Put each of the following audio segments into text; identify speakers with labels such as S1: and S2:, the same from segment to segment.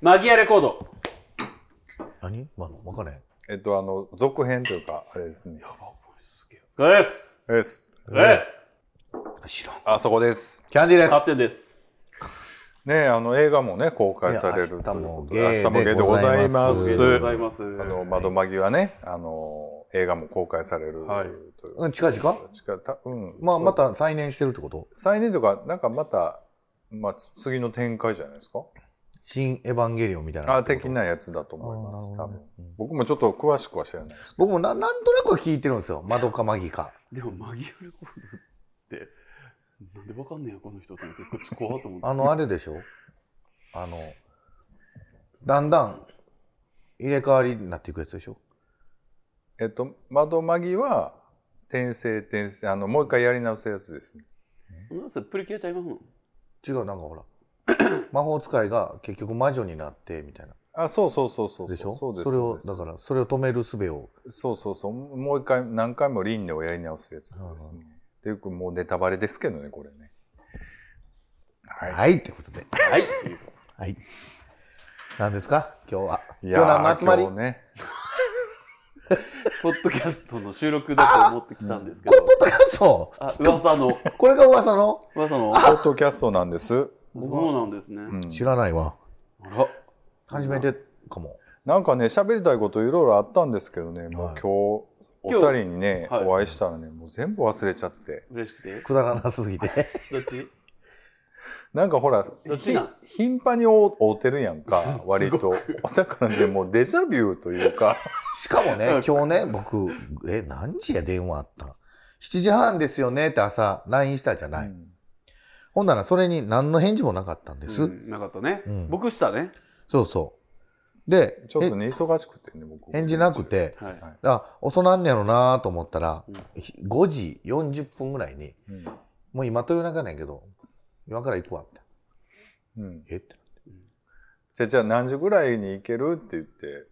S1: マギアレコード。
S2: 何今のわかんない。
S3: えっと、あの、続編というか、あれですね。
S1: お疲れです。
S3: です。
S1: お疲れです。
S2: 知らん。
S3: あそこです。
S2: キャンディーです
S1: 勝。手です。
S3: ねあの、映画もね、公開されると
S2: い
S3: い
S2: うや明日
S3: こ
S2: も
S3: とで明日もゲーでございま
S2: ゲ
S1: あり
S3: す。
S2: ー
S1: がとうございます。
S3: あの、窓間際ね、あの、映画も公開される
S1: はい
S3: という。
S2: うん、近々
S3: 近いたうん。
S2: まあ、また再燃してるってこと
S3: 再燃とか、なんかまた、まあ、次の展開じゃないですか。
S2: 新エヴァンゲリオンみたいな。
S3: あ的。なやつだと思いま
S2: あ
S3: す。
S2: ー
S3: 多
S2: なるほど
S3: 分
S2: ね。
S3: 僕もちょっと詳しくは知らないですけど。
S2: 僕もななんとなくは聞いてるんですよ。窓かマギか。
S1: でもマギアレコードって、なんでわかんねえや、この人と思って、こっち怖っと思って。
S2: あの、あれでしょ あの、だんだん入れ替わりになっていくやつでしょ
S3: えっと、窓間際は、転生転生、あの、もう一回やり直すやつですね。
S1: なんすプリキュアちゃいますの
S2: 違う、なんか ほら。魔法使いが結局魔女になってみたいな。
S3: あ、そうそうそうそうそう。
S2: でしょ
S3: そうです。
S2: れ
S3: そう
S2: を、
S3: です
S2: だから、それを止める術を。
S3: そうそうそう。もう一回、何回も輪廻をやり直すやつですね。っていうか、もうネタバレですけどね、これね。はい
S2: はい、ってことで。
S1: はい。
S2: はい。何ですか今日は。
S3: い
S2: 今日何の集まり
S3: 今日ね。
S1: ポッドキャストの収録だと思ってきたんですけ
S2: これポ
S1: ど、
S2: ッドキャスト
S1: あ、噂の、
S2: これが噂の
S1: 噂の
S3: ポ、ッドキャストなんです。
S1: そうなんですね。
S3: うん
S2: 知らないわ。
S1: あら、
S2: 初めてかも。
S3: なんかね、喋りたいこといろいろあったんですけどね、もう
S2: はい
S3: 今日、お二人にね、
S1: 今日
S3: お会いしたらね、もう全部忘れちゃって。
S1: 嬉しくて。
S2: くだらなす ぎて。
S1: どっち
S3: なんかほら、
S1: っち
S3: ひ
S1: なん
S3: 頻繁に会うてるや んか、割と。だからね、もうデジャビューというか、
S2: しかも
S1: う
S2: ね
S1: ん、
S2: 今日ね、僕、え、何時や電話あった7時半ですよねって朝、LINE したじゃない。
S3: うん
S2: ほんなら、それに何の返事もなかったんです。
S1: うんなかったね
S2: う。ん
S1: 僕したね。
S2: そうそう。で、
S3: ちょっと
S2: え
S3: ね、忙しくてね、僕。
S2: 返事なく。て、
S1: はい。
S2: あ、遅なんねやろなと思ったら、
S1: うん
S2: 5時40分ぐらいに、
S3: うん。
S2: もう今という中なんやけど、今から行くわ、みたい
S3: うん
S2: な。えって。
S3: じゃあじゃあ何時ぐらいに行けるって言って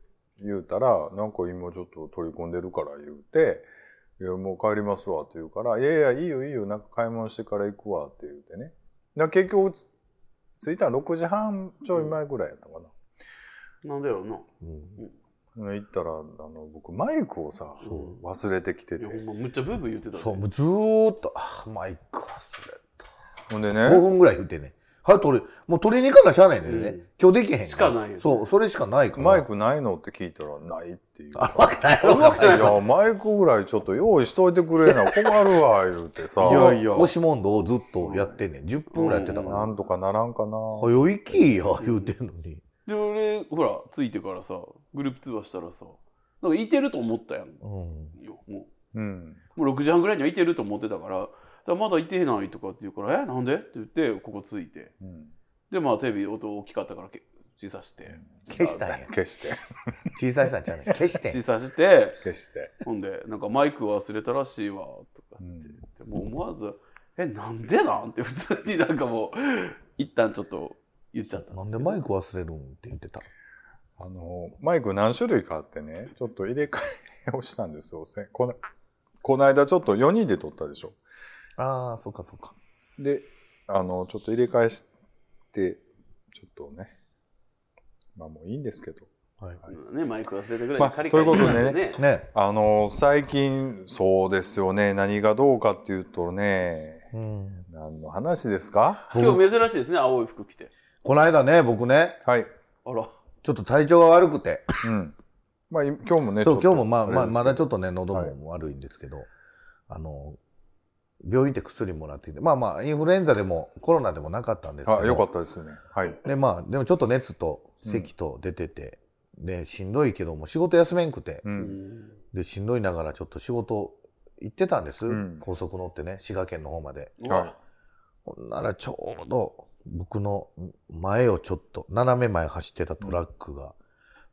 S3: 言うたらなんか今ちょっと取り込んでるから言うて「いやもう帰りますわ」って言うから「いやいやいいよいいよなんか買い物してから行くわ」って言うてねだから結局つ着いたの6時半ちょい前ぐらいやったか
S1: なんだろうな。
S2: うん
S3: な、行ったらあの僕マイクをさ
S1: そう
S3: 忘れてきて
S1: いや、ほん
S3: て
S1: ま、むっちゃブーブー言ってたね。
S2: そう、もうずーっと、あ、マイク忘れ
S3: ほんで
S2: 5
S3: ね
S2: 分ぐらい言ってね。はい、取り、もう取りに行かなしゃあないんだよね。
S1: うん
S2: 今日できへんら
S1: しかないよね
S2: そう、それしかないから。
S3: マイクないのって聞いたらないっていう。
S2: あるわけない
S1: あるわけ
S3: い
S1: ない
S3: や、マイクぐらいちょっと用意しといてくれな、困るわ、言うてさ、
S1: いやいや
S2: 押し問答をずっとやってんねん。10分ぐらいやってたか
S3: な
S2: ら。
S3: んとかならんかな。
S2: 早いきや、言うてんのに。
S1: で俺ほらついてからさグループ通話したらさなんかいてると思ったやん
S2: うん。
S1: よも
S3: うん。
S1: うもう6時半ぐらいにはいてると思ってたからだからまだいてないとかって言うから「えなんで?」って言ってここついて
S3: うん
S1: でまあテレビ音大きかったからけ小さして
S2: 消したんや。
S3: 消して
S2: 小さいさんちゃうねん。消してん
S1: 小。さして
S3: 消して
S1: ほんでなんかマイク忘れたらしいわとかって言って、もう思わず「えなんでなん?」って普通になんかもう一旦ちょっと言っちゃった
S2: なんでマイ
S1: ク
S2: ク忘れるんって言ってた。
S3: あのマイク何種類かあってねちょっと入れ替えをしたんですよせこのこの間ちょっと4人で撮ったでしょ
S2: ああ、そっかそっか。
S3: であのちょっと入れ替えしてちょっとねまあもういいんですけど
S2: はい。
S1: ねマイク忘れたぐらい
S3: まあ
S1: カリ
S3: と
S1: カ
S3: い
S1: リ
S3: うことでね
S1: なんね
S2: ね。
S3: あの最近そうですよね何がどうかっていうとね
S2: うん。
S3: 何の話ですか
S1: 今日珍しいですね青い服着て
S2: この間ね、僕ね、
S3: はい、
S1: あら
S2: ちょっと体調が悪くて。
S3: うん、まあい今日もね
S2: そう、
S3: ちょ
S2: 今日
S3: っと
S2: もまあ、まあ、
S3: れです
S2: ま
S3: けど
S2: だちょっとね、喉も悪いんですけど、あの、病院で薬もらってきて、まあまあ、インフルエンザでもコロナでもなかったんですけど、
S3: あよかったですねはい
S2: で、まあ、でもちょっと熱と咳と出てて、で、しんどいけども、仕事休めんくて、
S3: うん
S2: で、しんどいながらちょっと仕事行ってたんです、
S3: うん
S2: 高速乗ってね、滋賀県の方まで。
S1: う
S3: は
S1: わ
S2: ほんならちょうど僕の前をちょっと斜め前走ってたトラックが、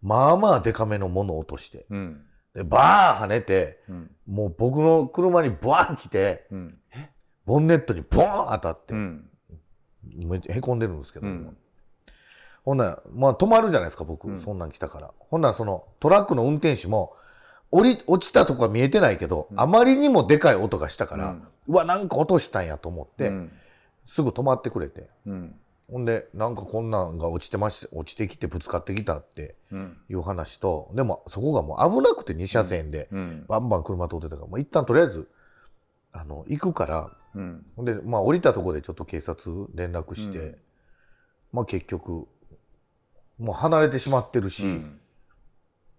S2: まあまあデカめのものを落として、
S3: うん
S2: でバーン跳ねて、
S3: うん
S2: もう僕の車にバーン来て、
S3: うん
S2: ボンネットにボーン当たって、
S3: うん
S2: めっちゃへこんでるんですけど、
S3: うん
S2: ほんなら、まあ止まるじゃないですか、僕、
S3: うん
S2: そんなん来たから。ほんならそのトラックの運転手も、降り、落ちたとこは見えてないけど、
S3: うん
S2: あまりにもでかい音がしたから、
S3: うん
S2: うわ、なんか落としたんやと思って、
S3: うん
S2: すぐ止まってくれて、
S3: うん
S2: ほんでなんかこんなんが落ちてまして落ちてきてぶつかってきたって
S3: うん。
S2: いう話とでもそこがもう危なくて2車線で
S3: うん。
S2: バンバン車通ってたから、もう一旦とりあえずあの行くから
S3: うん。
S2: ほんでまあ降りたところでちょっと警察連絡して、
S3: うん
S2: まあ結局もう離れてしまってるし、
S3: うん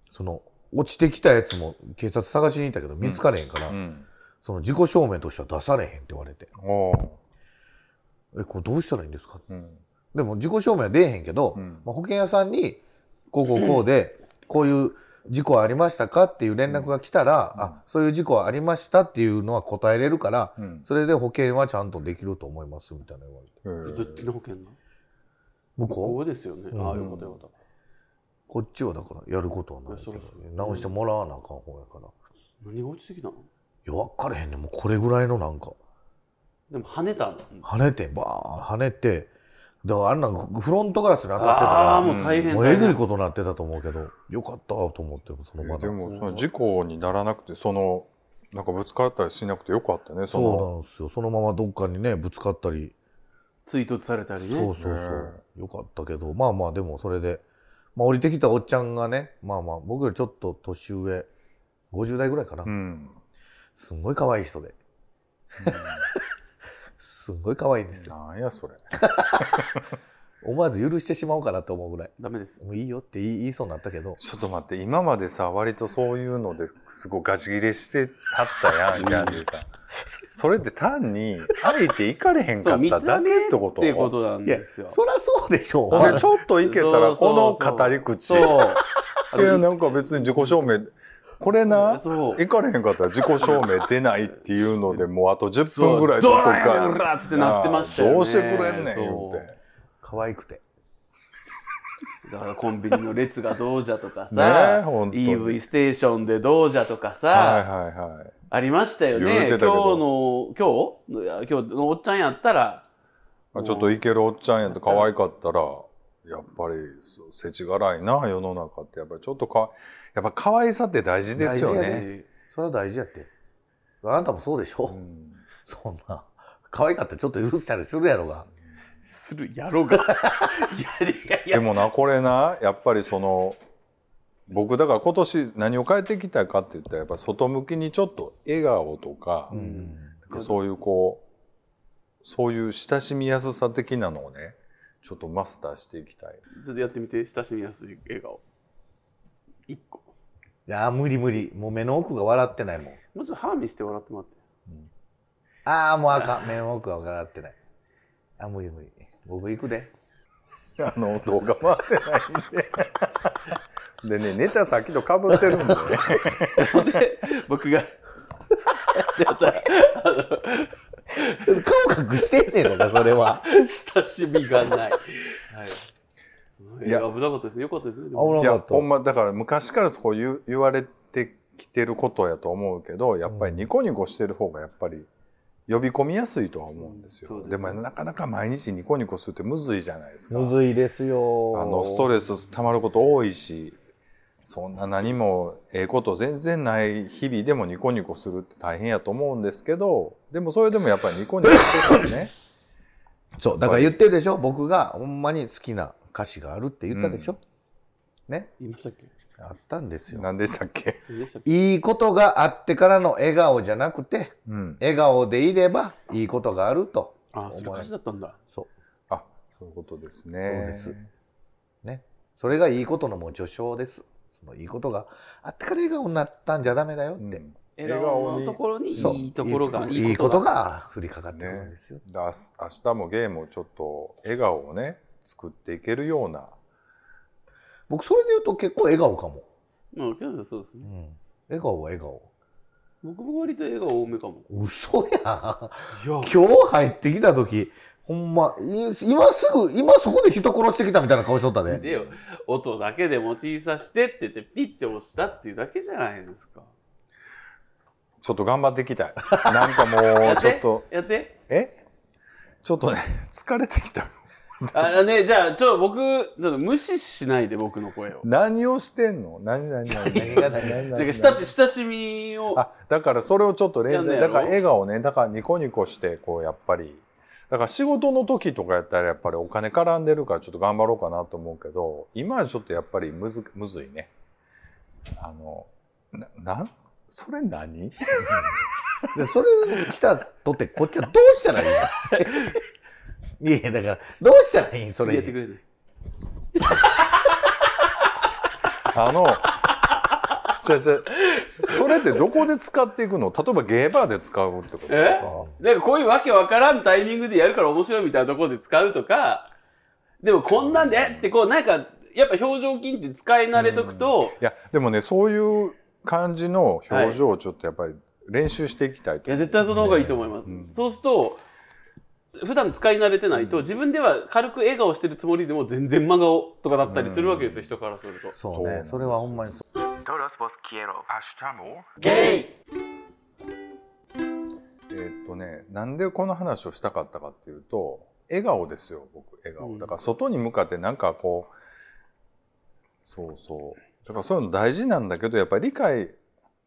S2: その落ちてきたやつも警察探しに行ったけど見つかれへんから、
S3: うん。
S2: その自己証明としては出されへんって言われて
S3: おー
S2: 「えこれどうしたらいいんですか?」
S3: うん。
S2: でも自己証明は出えへんけど、
S3: うん
S2: まあ、保険屋さんにこうこうこう でこういう事故はありましたかっていう連絡が来たら、
S3: うん
S2: あそういう事故はありましたっていうのは答えれるから
S3: うん。
S2: それで保険はちゃんとできると思いますみたいな言われて
S3: へー
S1: どっちの保険なの
S2: 向
S1: こ
S2: こう
S1: うですよね。
S2: うん
S1: ああ、よかったよかっ
S2: こっちはだからやることはないけ
S1: そ
S2: ど、
S1: ろそろ
S2: 直してもらわなあかん方やから
S1: た。何が落ちてきたの
S2: いや分からへんねもうこれぐらいのなんか
S1: でも跳ねたんだ。
S2: 跳ねてバーン跳ねてだからあんなんフロントガラスに当たってた
S1: ああ、
S2: ら
S1: もう大変
S2: もうえ
S1: 大
S2: ぐい
S1: 変。
S2: ことになってたと思うけどよかったと思ってその
S3: え
S2: 場
S3: ーで
S2: で。
S3: も、その事故にならなくて、その、なんかぶつかったりしなくてよかったね、その。
S2: そうなんですよそのままどっかにねぶつかったり、
S1: 追突されたりね。
S2: そうそうそう、
S3: ね
S2: よかったけどまあまあでもそれで、まあ、降りてきたおっちゃんがねまあまあ僕よりちょっと年上50代ぐらいかな、
S3: うん。
S2: すんごい可愛い人ですんごい可愛いんですよ
S3: なんや、それ。
S2: 思わず許してしまおうかなと思うぐらい
S1: ダメです。
S2: もういいよって言い言いそうになったけど
S3: ちょっと待って、今までさ、割とそういうのですごいガチ切れして立ったやん、ギャンでさ。それって単に、相手行かれへん
S1: そ
S3: か
S1: う、
S3: っ
S1: 見
S3: た
S1: た
S3: だ
S1: 目
S3: け
S1: っ
S3: っててこと
S1: ことなん
S2: いや
S1: ですよ。
S2: そりゃそうでしょう
S3: ほんでちょっと行けたら、この語り口。
S1: そうそう
S3: い
S1: そう。
S3: や、なんか別に自己証明、これな、
S1: そう。
S3: 行かれへんかったら自己証明出ないっていうので、もうあと10
S1: そう
S3: 分ぐらい
S1: ド
S3: か
S1: ラやめろっつってなってましたよ、ね。
S3: どうしてくれんねん、言う
S1: そ
S3: て。
S2: 可愛くて
S1: だからコンビニの列がどうじゃとか
S3: ねえ
S1: さ、
S3: ほんとに
S1: EV ステーションでどうじゃとかさ、
S3: はいはいはい。
S1: ありましたよ
S3: 言う
S1: ね。
S3: てた
S1: 今日
S3: けど
S1: の今日いや今日のおっちゃんやったら、
S3: あちょっといけるおっちゃんやんと可愛かったら、やっぱりそう世知辛いな、世の中って。やっぱりちょっとか、やっぱ可愛さって大事ですよ
S2: 大事や
S3: ね。
S1: え
S2: それは大事やってあなたもそうでしょ、う
S3: うん
S2: そんな可愛かったらちょっと許したりするやろが
S1: ーするやろが。いやいやい
S3: で
S1: や。
S3: もな、これな、やっぱりその、僕だから今年何を変えてきたかって言ったら、やっぱ外向きにちょっと笑顔とか、
S1: ん
S3: そういうこう、そういう親しみやすさ的なのをね、ちょっとマスターしていきたい。
S1: ちょっとやってみて親しみやすい笑顔。一個。
S2: いやー無理無理もう目の奥が笑ってないもん
S1: もうちょっと歯見して笑ってもらって。
S2: ああもうあかん目の奥が笑ってないあ無理無理僕行くで
S3: あの、動画回ってないんで。でね、ネタさっきと被ってるんでね。
S1: で僕が ってやったら
S2: 顔隠してんねんのかそれは
S1: 親しみがない。はい。
S3: い
S1: い
S3: や
S1: や危なかったですね。良かったですね。で
S2: あお
S1: も
S2: ら
S3: い
S2: んか
S3: や
S2: った
S3: ほんまだから昔からそう言う言われてきてることやと思うけどやっぱりニコニコしてる方がやっぱり呼び込みやすいとは思うんですよ、
S1: うんそうです
S3: で
S1: ね
S3: もなかなか毎日ニコニコするってむずいじゃないですか
S2: むずいですよ
S3: あのスト
S2: レ
S3: レス溜まること多いしそんな何もええこと全然ない日々でもニコニコするって大変やと思うんですけどでもそれでもやっぱりニコニコしてたらね
S2: そうだから言ってるでしょ僕がほんまに好きな歌詞があるって言ったでしょ、ね
S1: 言いましたっけ
S2: あったんですよ
S3: 何でしたっけ、
S1: 言いましたっけ
S2: いいことがあってからの笑顔じゃなくて
S3: うん、
S2: 笑顔でいればいいことがあると
S1: あ、それ歌詞だったんだ。
S2: そう
S3: あそういうことです
S2: そう
S3: ね
S2: ですね、それがいいことのもう序章です。そのいいことがあってから笑顔になったんじゃダメだよって。
S3: うん
S1: 笑
S3: 笑顔
S1: 顔
S3: に
S1: のところに
S2: そう
S1: いいところが、
S2: いいこと。が降りかかってくるんですよ。
S3: だ明日明日もゲームをちょっと笑顔をね作っていけるような
S2: 僕それで言うと結構笑顔かも。
S1: うん、けどそうです
S2: う
S1: ね。
S2: ん、笑顔は笑顔。
S1: 僕も割と笑顔多めかも。
S2: 嘘や
S1: いや
S2: ん。今日入ってきた時、ほんまい今すぐ今そこで人殺してきたみたいな顔しとったで。
S1: でよ音だけでも小さしてって言ってピッて押したっていうだけじゃないですか
S3: ちょっと頑張っていきたいなんかもうちょっと
S1: やって
S3: えちょっとね疲れてきた
S1: あねじゃあちょっと僕ちょっと無視しないで僕の声を
S3: 何をしてんの何何何
S2: 何が何
S3: 何
S1: なんか親し親しみを
S3: あだからそれをちょっと連
S1: やん
S3: 続
S1: ねや
S3: だ
S1: ろ
S3: から笑顔ねだからニコニコしてこうやっぱりだから仕事の時とかやったらやっぱりお金絡んでるからちょっと頑張ろうかなと思うけど、今はちょっとやっぱりむずむずいね。あの、な、なんそれ何
S2: でそれ来たとって、こっちはどうしたらいいの いや、だから、どうしたらいいんそれ
S1: やってくれない。
S3: あの、じゃあじゃあそれってどこで使っていくの例えばゲーバーで使うってことですか
S1: なんかこういうわけわからんタイミングでやるから面白いみたいなところで使うとか、でもこんなんでってこうなんか、やっぱ表情筋って使い慣れとくと、
S3: いや、でもね、そういう感じの表情をちょっとやっぱり練習していきたい
S1: い
S3: と。
S1: や絶対その方がいいと思います。
S3: うん
S1: そうすると、普段使い慣れてないと、自分では軽く笑顔してるつもりでも全然真顔とかだったりするわけですよ、人からすると。
S2: そ
S3: そう
S2: う
S3: なん
S2: ね
S3: で。す
S2: それはほんまにそ
S3: えーっとね、なんでこの話をしたかったかっていうと、笑顔ですよ、僕、笑
S1: う
S3: 顔。
S1: ん
S3: だから外に向かってなんかこう、そうそう。だからそういうの大事なんだけど、やっぱり理解、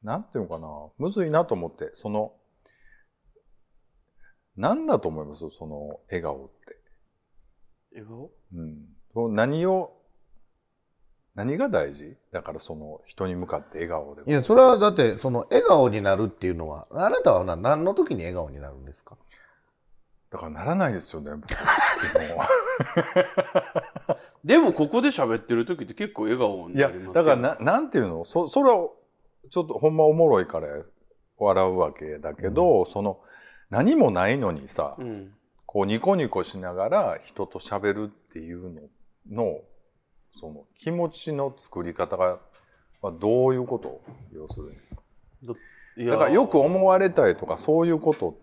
S3: なんていうのかな、むずいなと思って、その、なんだと思いますその笑顔って。
S1: 笑顔
S3: うん、その何を何が大事だからその人に向かって笑顔
S2: う。
S3: で
S2: いや、それはだって、その、笑顔になるっていうのは、あなたはな何の時に笑顔になるんですか
S3: だからならないですよね僕基
S1: でもここで喋ってる時って結構笑顔
S3: 本
S1: に
S3: い
S1: な
S3: や
S1: りますよ
S3: だからななんていうのそそれはちょっとほんまおもろいから笑うわけだけど、その何もないのにさ、
S1: うん。
S3: こうニコニコしながら人と喋るっていうののその気持ちの作り方がはどういうこと要するに
S1: いや
S3: だからよく思われたりとかそういうこと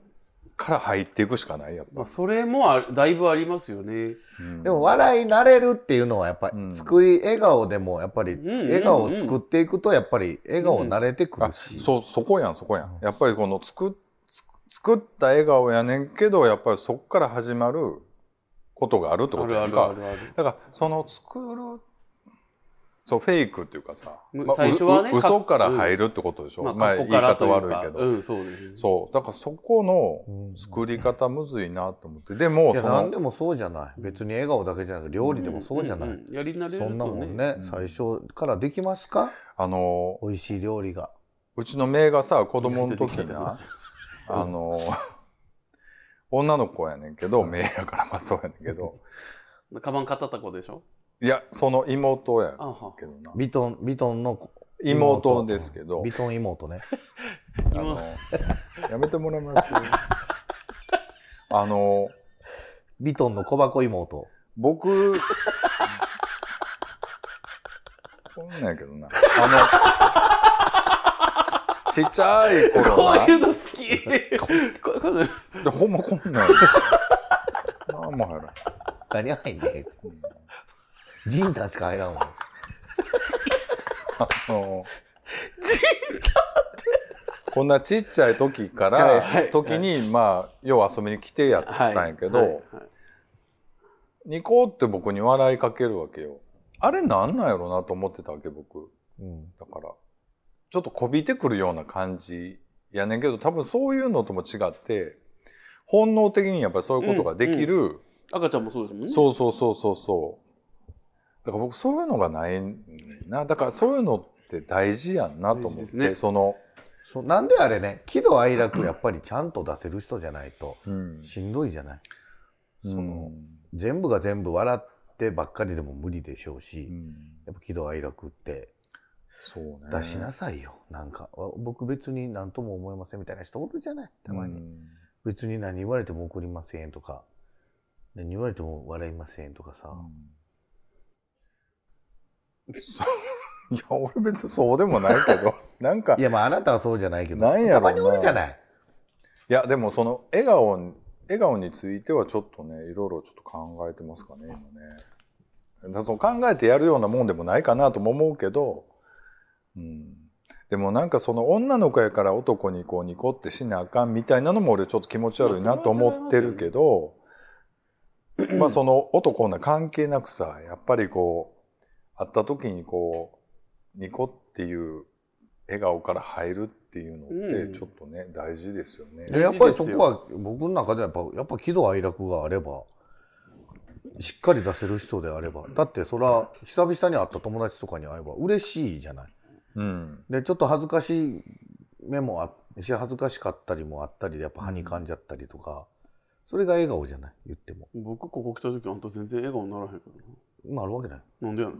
S3: から入っていくしかないやっぱ、
S1: まあ、それもあだいぶありますよね。
S3: うん
S2: でも、笑い慣れるっていうのは、やっぱ
S3: う
S2: り、
S3: ん
S2: 作り、笑顔でも、やっぱり、
S1: んうんうん
S2: 笑顔を作っていくと、やっぱり、笑顔慣れてく
S3: あ
S2: るし。
S3: そうそこやんそこやんやっぱりこの作つ作った笑顔やねんけどやっぱりそこから始まることがあるってこ
S1: あ
S3: と
S1: る
S3: や
S1: あ
S3: ん
S1: るあ
S3: か
S1: るある。
S3: だからその作るそうフェイクっていうかさ、
S1: む
S3: まあ
S1: 最初はね
S3: うう
S1: か
S3: 嘘から入るってことでしょ、
S1: まあ、
S3: まあ、
S1: こ
S3: 言
S1: こ
S3: い
S1: からと
S3: 方
S1: いうか
S3: 悪いけど、
S1: うん、そうですね。
S3: そうだからそこ
S2: う
S3: の
S2: ん
S3: 作り方むずいなと思ってでも
S2: いや
S3: そ
S2: 何
S3: の
S2: でもそうじゃない別に笑顔だけじゃなくて料理でもそうじゃない、
S1: んんうんやり慣れると
S2: そんなもん
S1: ね。
S2: ね、
S3: うん
S2: 最初からできますか
S3: あの
S2: 美味しい料理が
S3: うちの姪がさ子供の時な あの女の子やねんけど姪やからまあそうやねんけど
S1: カバン片たこでしょ
S3: いやその妹や
S1: あは
S3: けどな
S2: ビトンビトンの
S3: 妹ですけど
S2: ビトン妹ね
S3: あのやめてもらい ますあの
S2: ビトンの小箱妹
S3: 僕こんなんやけどなあのちっちゃい頃
S1: こ
S3: な
S1: ういうの好きここの
S3: でほんまこんなんやなんも入らん
S2: 何入んねんジンタンしか入らんわ
S3: あのこんなちっちゃい時から、
S1: はいはい
S3: 時に、まあよう遊びに来てやったんやけど、ニコって僕に笑いかけるわけよあれなんなんやろなと思ってたわけ僕
S2: うん
S3: だからちょっとこびてくるような感じやねんけど多分そういうのとも違って本能的にやっぱりそういうことができる、
S1: 赤ちゃんもそうですもんね。
S3: そうそうそうそうそう。だから僕そういうのがないねんな。だからそういうのって大事やんなと
S1: 大
S3: 思っ
S1: 事
S3: て、
S1: ですね
S3: その、
S2: そうなんであれね喜怒哀楽やっぱりちゃんと出せる人じゃないと
S3: うん
S2: しんどいじゃない
S3: うん
S2: その全部が全部笑ってばっかりでも無理でしょうし、
S3: うん
S2: やっぱ喜怒哀楽って
S3: そうね。
S2: 出しなさいよ、なんかあ僕別に何とも思いませんみたいな人おるじゃないたまに、
S3: うん
S2: 別に何言われても怒りませんとか何言われても笑いませんとかさ、
S3: そういや、俺別にそうでもないけど、なんか、
S2: い
S3: い
S2: やまああなたはそうじゃないけど
S3: なんやろ
S2: た
S3: うな
S2: まにおるじゃない
S3: や、でもその笑顔に、笑顔についてはちょっとね、いろいろちょっと考えてますかね、今ね。だからその考えてやるようなもんでもないかなとも思うけど、うん、でもなんかその女の子やから男にこうニコってしなあかんみたいなのも俺ちょっと気持ち悪いなと思ってるけど、まあその男女関係なくさ、やっぱりこう、会った時にこう、ニコっていう笑顔から入るっていうのっ
S1: うん
S3: てちょっとね、大事ですよね。
S2: でやっぱりそこは僕の中ではやっぱやっぱ喜怒哀楽があればしっかり出せる人であればだってそれは久々に会った友達とかに会えば嬉しいじゃない。
S3: うん
S2: でちょっと恥ずかしい目もあし恥ずかしかったりもあったりでやっぱ歯に噛んじゃったりとかそれが笑顔じゃない言っても。
S1: 僕ここ来た時あんた全然笑顔にならへんから
S2: 今あるわけない。
S1: ななんでやねん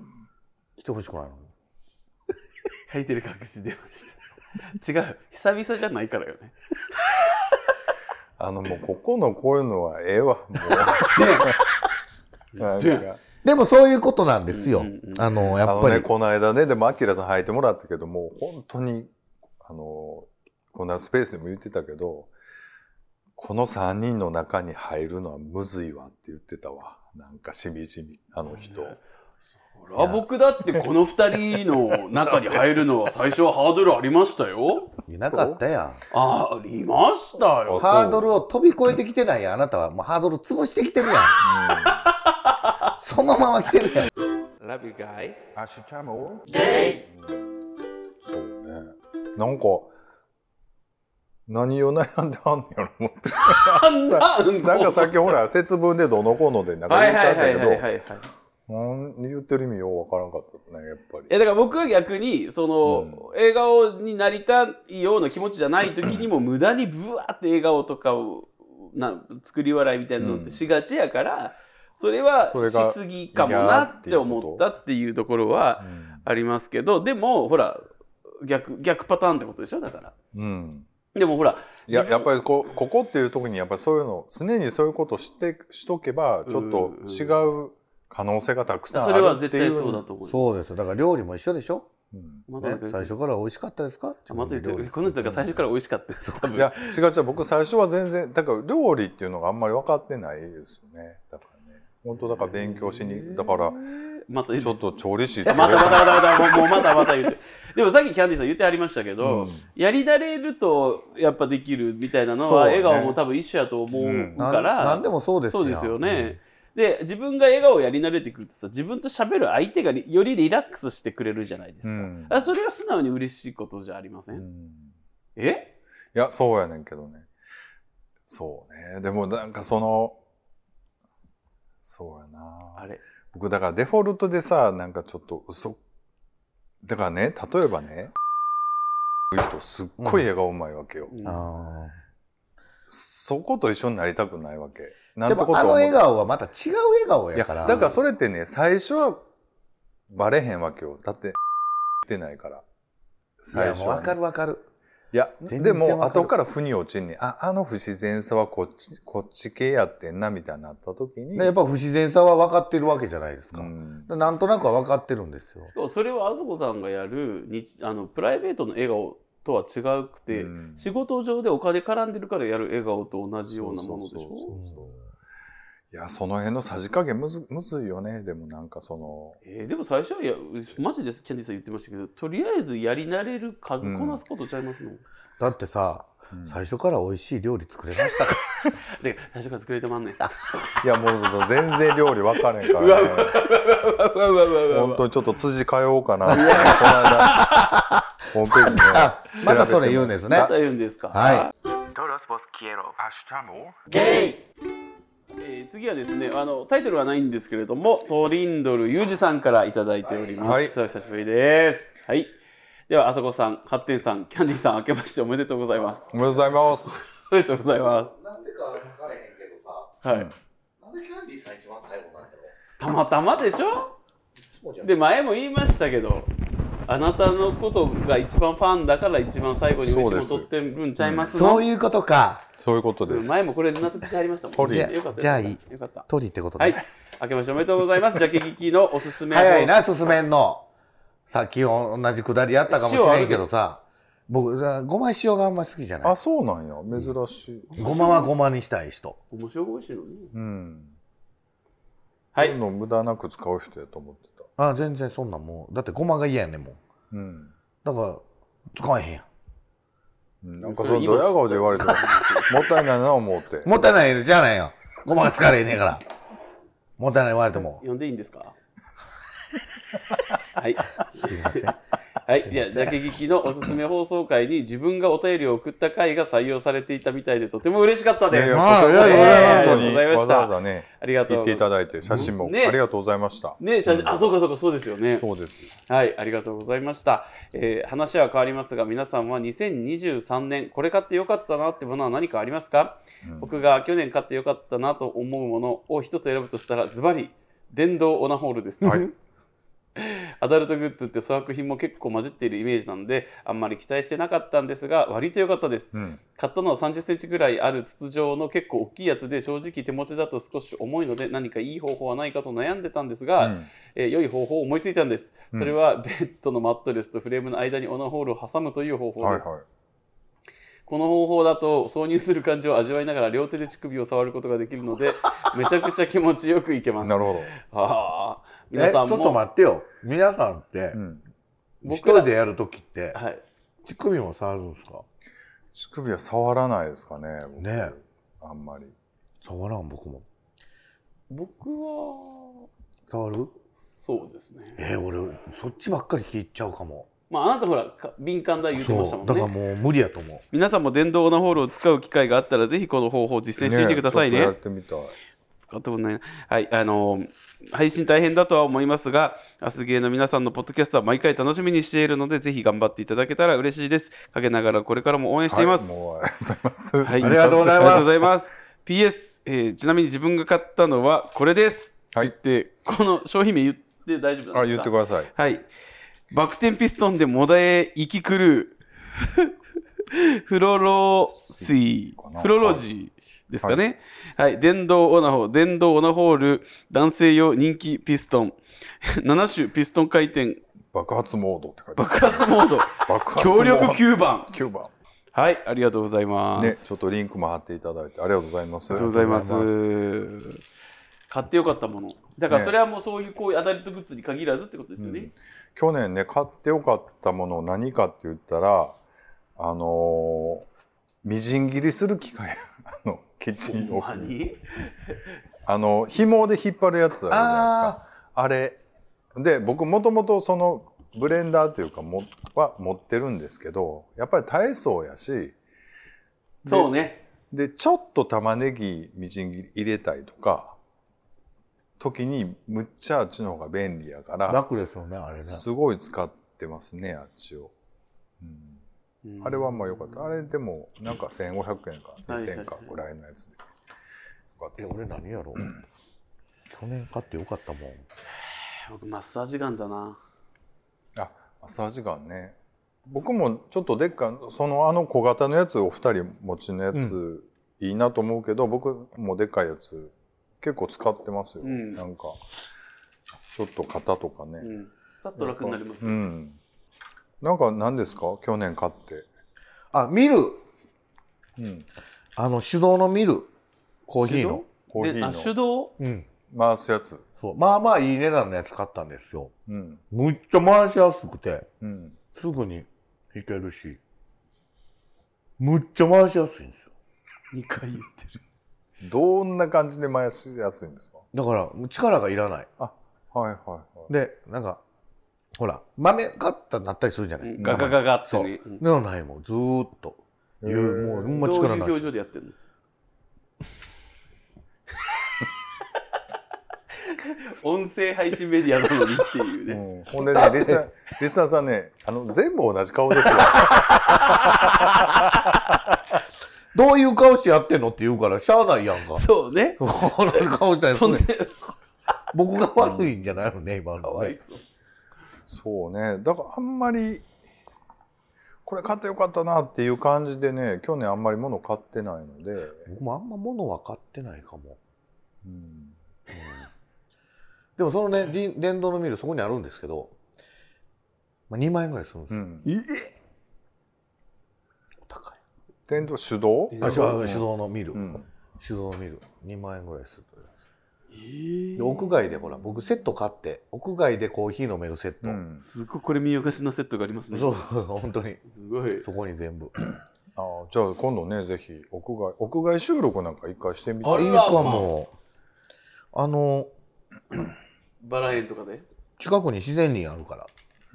S2: 来てほしくないの
S1: 吐いてる隠し 出ました違う久々じゃないからよね
S3: あのもうここのこういうのはええわ。も うなん
S1: で
S3: か
S2: でもそういうことなんですよ。
S1: うんうんうん
S2: あの
S3: あ
S2: やっ
S3: の
S2: ぱり、
S3: ね、この間ね、でも、アキラさん履いてもらったけど、もう本当に、あの、こんなスペースでも言ってたけど、この3人の中に入るのはむずいわって言ってたわ。なんかしみじみ、あの人。
S1: そら僕だってこの2人の中に入るのは最初はハードルありましたよ
S2: いなかったやん。
S1: あありましたよ
S3: そう
S2: ハードルを飛び越えてきてないやんあなたはもうハードル潰してきてるやん。そのまま来てるやん。
S1: Love you guys
S3: アシュチャムそうね。なんか、何を悩んであんねやろ、思って。
S1: あんなん
S3: なんかさっきほら、節分でどのこうので、なんか
S1: は
S3: 言
S1: い
S3: っ
S1: は
S3: た
S1: い
S3: ん
S1: は
S3: だ
S1: い
S3: け
S1: はいは、
S3: ど
S1: いはい
S3: なん言ってる意味ようわからんかったね、やっぱり。
S1: えだから僕は逆にその、笑顔になりたいような気持ちじゃない時にも無駄にブワーって笑顔とかをな作り笑いみたいなのってしがちやから、それは
S3: それ
S1: し
S3: が
S1: すぎかもなって思ったっていうところはありますけどでもほら逆逆パターンってことでしょだから。
S3: うん。
S1: でもほら
S3: いや
S1: 自分
S3: やっぱりこここっていう時にやっぱりそういうの常にそういうことをしてしとけばちょっと違う可能性がたくさんあ
S1: そ
S3: る
S1: れは
S3: って
S1: 絶
S3: い
S1: 対
S3: う
S1: そうだと思う。
S2: そうです。だから料理も一緒でしょ。
S3: うん
S1: まだ
S2: ね
S1: なんか、
S2: 最初から美味しかったですか？
S1: あまた言って
S2: 料理
S1: るこの人が最初から美味しかったです。多分
S3: いや違う違う僕最初は全然だから料理っていうのがあんまり分かってないですよねだからね本当だから勉強しにだから
S1: また言っ
S3: ちょっと調理師
S1: またまたまたまたもうまたまた言ってでもさっきキャンディーさん言ってありましたけど、
S3: うん
S1: やりだれるとやっぱできるみたいなの
S3: そう
S1: は
S3: ね
S1: 笑顔も多分一緒やと思う
S2: なん
S1: から、
S2: なんでもそうですやん
S1: そうですよね、。で自分が笑顔をやり慣れてくるとさ自分と喋る相手がりよりリラックスしてくれるじゃないですか、
S3: うん
S1: あそれは素直に嬉しいことじゃありません、
S3: うん
S1: え
S3: いや、そうやねんけどね。そうね。でもなんかその、そうやな。
S1: あれ
S3: 僕だからデフォルトでさ、なんかちょっと嘘。だからね、例えばね、いう人すっごい笑顔うまいわけよ。
S1: うん
S2: うんあ
S3: そこと一緒になりたくないわけ。
S2: ー
S3: な
S2: で
S3: んてこと
S2: も
S3: は
S2: あの
S3: 思う
S2: 笑顔はまた違う笑顔
S3: いや、
S2: やから。
S3: だからそれってね、最初はバレへんわけよ。だって、言ってないから。
S2: い
S3: 最
S2: や
S3: 初
S2: もう
S3: は
S2: わ
S3: ね、
S2: かるわかる。
S3: いや、
S2: 全
S3: で
S2: 然
S3: も、
S2: わかる
S3: 後から腑に落ちんねんあ、あの不自然さはこっち、こっち系やってんな、みたいになった時に。
S2: でやっぱ不自然さは分かってるわけじゃないですか。
S3: うん
S2: なんとなくは分かってるんですよ。
S1: しかもそれはあずこさんがやる日あのプライベートの笑顔とは違くて、
S3: うん
S1: 仕事上でお金絡んでるからやる笑顔と同じようなものでしょ
S3: そうそうそう
S2: うん
S3: いや、その辺のさじ加減むず、むずいよね。でもなんかその、
S1: えーでも最初はいやマジですキャンディーさん言ってましたけどとりあえずやり慣れる数こなすことちゃいますの、
S2: だってさ、
S3: うん
S2: 最初から美味しい料理作れました か
S1: で最初から作れてまんねん
S3: いや、もうもう全然料理分かれんから、ね。
S1: うわうわうわうわう
S3: 本
S1: わ
S3: 当にちょっと辻変えようかな。この間、ホームページね
S2: あ
S3: 調べて
S2: またそれ言うんですね
S1: また言うんですか
S2: は
S1: えー次はですねあのタイトルはないんですけれどもトリンドルユージさんからいただいております、
S3: はい
S1: お久しぶりですはいではあさこさんハッテンさんキャンディーさん明けましておめでとうございます
S3: おめでとうございます。
S1: おめでとうございます
S2: なんでか分からへんけどさ、
S1: はい
S2: なんでキャンディーさん一番最後なんだろ
S1: たまたまでしょ
S2: う
S1: で前も言いましたけどあなたのことが一番ファンだから一番最後に美味しいもの
S3: そう
S1: 取
S3: で
S1: っ
S3: す
S1: てるんちゃいますの、
S2: そういうことか。
S3: そういうことです。
S1: 前もこれで納得してありましたもん
S3: 鳥
S2: じゃ
S1: よかった
S2: じゃあ
S1: よか
S2: い
S1: っ
S2: い
S1: たよかった
S2: 鳥ってこと
S1: はい
S2: ね。
S1: 明けましておめでとうございますジャケ聞きのおすすめ
S2: 早いな、進めんの。さっき同じくだりやったかもしれんけどさ、僕、ごま塩があんまり好きじゃない
S3: あ、。そうなんや。珍しい。
S2: ごまはごまにしたい人。
S1: 面白く美味しいのね
S3: うん。
S1: はい
S3: そういうの無駄なく使う人やと思ってた。
S2: あ、全然そんなんもう。だってごまが嫌やねんもん。
S3: うん。
S2: だから、使えへんや
S3: うんなんかそのドヤ顔で言われたら、もったいないな思って
S2: ん。。もったいないじゃないよ。ごまが使われへんねんから。もったいない言われても。
S1: 呼んでいいんですかはい
S2: すいません。
S1: はい。いや、ジャケ聞きのおすすめ放送回に自分がお便りを送った回が採用されていたみたいでとても嬉しかった
S3: いや
S1: で
S3: い
S1: す。
S3: や
S2: まあ
S3: こちらこそ
S1: ええ
S3: 本当に
S1: ありがとうござい
S3: わざ
S1: ました
S3: わざね
S1: ありがと
S3: 言
S1: う
S3: っていただいて写真も
S1: ね
S3: ありがとうございました。
S1: ね写真、あ、そうかそうか、そうですよね。
S3: そうです。
S1: はい、ありがとうございました。えー話は変わりますが、皆さんは2023年、これ買ってよかったなってものは何かありますか、
S3: うん
S1: 僕が去年買ってよかったなと思うものを一つ選ぶとしたら、ズバリ、電動オナホールです。
S3: はい。
S1: アダルトグッズって粗悪品も結構混じっているイメージなんで、あんまり期待してなかったんですが、割と良かったです。
S3: うん。
S1: 買ったのは30センチぐらいある筒状の結構大きいやつで、正直手持ちだと少し重いので、何かいい方法はないかと悩んでたんですが、
S3: うん
S1: えー良い方法を思いついたんです。
S3: うん
S1: それはベッドのマットレスとフレームの間にオナホールを挟むという方法
S3: はい
S1: です。
S3: は
S1: この方法だと挿入する感じを味わいながら両手で乳首を触ることができるので、めちゃくちゃ気持ちよくいけま
S3: い。
S1: す。
S3: なるほど。
S1: はあ、皆
S2: えちょ
S1: さ
S2: っ
S1: んも
S2: と待ってよ皆さんって
S3: うん。
S2: 一
S1: 僕ら
S2: 人でやる時って
S1: はい、
S2: 乳首も触るんですか
S3: 乳首は触らないですかね。僕
S2: ねえ
S3: あんまり。
S2: 触らん僕も
S1: 僕は
S2: 触る
S1: そうですね。
S2: えー、俺そっちばっかり聞いちゃうかも
S1: まああなたほらか敏感だ言ってました
S2: そ
S1: も
S2: うんだ
S1: ね
S2: から。もう無理やと思う
S1: 皆さんも電動オナホールを使う機会があったらぜひこの方法を実践してみてください
S3: ち
S1: ね
S3: ょっとやってみたい。
S1: 使ったことないな。はい、あの配信大変だとは思いますが、アスゲーの皆さんのポッドキャストは毎回楽しみにしているので、ぜひ頑張っていただけたら嬉しいです。陰ながらこれからも応援しています。
S3: は
S1: はい
S3: もう
S1: い
S3: ありがとうござ
S1: ありあ
S2: ありがとうござい
S3: います。
S1: りがとうご
S2: ます
S1: ざいます。PS、えーちなみに自分が買ったのはこれです。
S3: はい
S1: って言って、この商品名言って大丈夫なん
S3: あ、
S1: です
S3: 言っ
S1: か
S3: てください。
S1: はい。バク転ピストンでモダへ行き狂う。 フロロ水
S3: かな、
S1: フロロジーですかね。はい、電動オナホ、電動オナホール、男性用人気ピストン。7種ピストン回転、
S3: 爆発モードって書いてある。
S1: 爆発モード、
S3: 爆発モー
S1: 強
S3: ド
S1: 力吸盤。
S3: 9番。
S1: はい、ありがとうございます。
S3: ね、ちょっとリンクも貼っていただいてありがとうございます。
S1: ありがとうございます。買ってよかったもの。だから
S3: ね
S1: それはもうそういうこういうアダルトグッズに限らずってことですよね。
S3: 去年ね買ってよかったもの何かって言ったらあのーみじん切りする機械 あのキッチン
S1: ほん
S3: を
S1: まに
S3: あの紐で引っ張るやつあるじゃないですかあれで僕もともとそのブレンダーっていうかもは持ってるんですけどやっぱり体操やし
S1: そうね。
S3: でちょっと玉ねぎみじん切り入れたりとか時にむっちゃあっちの方が便利やから
S2: 楽ですよねあれね
S3: すごい使ってますねあっちを。うんあれはまあ良かった。あれでもなんか1500円か
S1: はい
S3: 2000円かぐらいのやつで。よかった
S2: え
S3: です
S2: 俺何やろう、去年買ってよかったもん
S1: 僕マッサージガンだな
S3: あ、マッサージガンね。僕もちょっとでっかそのあの小型のやつお二人持ちのやつ、いいなと思うけど、僕もでっかいやつ結構使ってますよ。
S1: うん
S3: なんかちょっと型とかね。
S1: さっと楽になります
S3: う
S1: よ
S3: ん。なんか何ですか去年買って。
S2: あ見る
S3: うん。
S2: あの手動の見るコーヒーの
S3: コーヒー
S1: であ手
S3: の
S1: 動
S2: うん
S3: 回すやつ。
S2: そうまあまあいい値段のやつ買ったんですよ
S3: うん。
S2: むっちゃ回しやすくて
S3: うん。
S2: すぐに弾けるしむっちゃ回しやすいんですよ
S1: 2回言ってる
S3: どんな感じで回しやすいんですか
S2: だからもう力がいらない
S3: はいはいはい。
S2: でなんかほら豆買ったなったりするじゃない、
S1: ガガガガって
S2: そう
S1: ね
S2: で
S1: うん
S2: もないもうずーっという
S3: へー
S2: もうほん
S1: ど
S2: ま
S1: う
S2: 力
S1: いう
S2: ない
S1: 表情でやってんの音声配信メディアなのにっていうね
S3: うん、ほんでねリスナーリスナーさんねあの全部同じ顔ですよ
S2: どういう顔してやってんのって言うからしゃあないやんか
S1: そうね
S2: この顔したい
S1: 飛んで
S2: 僕が悪いんじゃないのね、今
S1: か
S2: の
S1: わい
S2: ね。
S1: そう
S3: そうねだからあんまりこれ買ってよかったなっていう感じでね去年あんまり物買ってないので、
S2: 僕もあんま物は買ってないかも。
S3: うん、
S2: でもそのね、り電動のミルそこにあるんですけど、まあ、2万円ぐらいするんです
S3: う
S2: よ。
S3: ん、
S2: 高い。
S3: 電動手動
S1: 電
S2: あ、
S1: 動
S2: 手動手動のミル、
S3: うん
S2: 手動のミル2万円ぐらいすると思います
S1: えー
S2: で屋外でほら、僕セット買って、屋外でコーヒー飲めるセッ
S3: う
S2: ト。
S3: ん、
S1: すごいこれ見よがしなセットがありますね
S2: そう、本当に。
S1: すごい
S2: そこに全部。
S3: あーじゃあ今度ねぜひ屋外屋外収録なんか一回してみた
S2: あ、
S3: い
S2: いいかも。あの、
S1: バラ園とかで
S2: 近くに自然林あるから。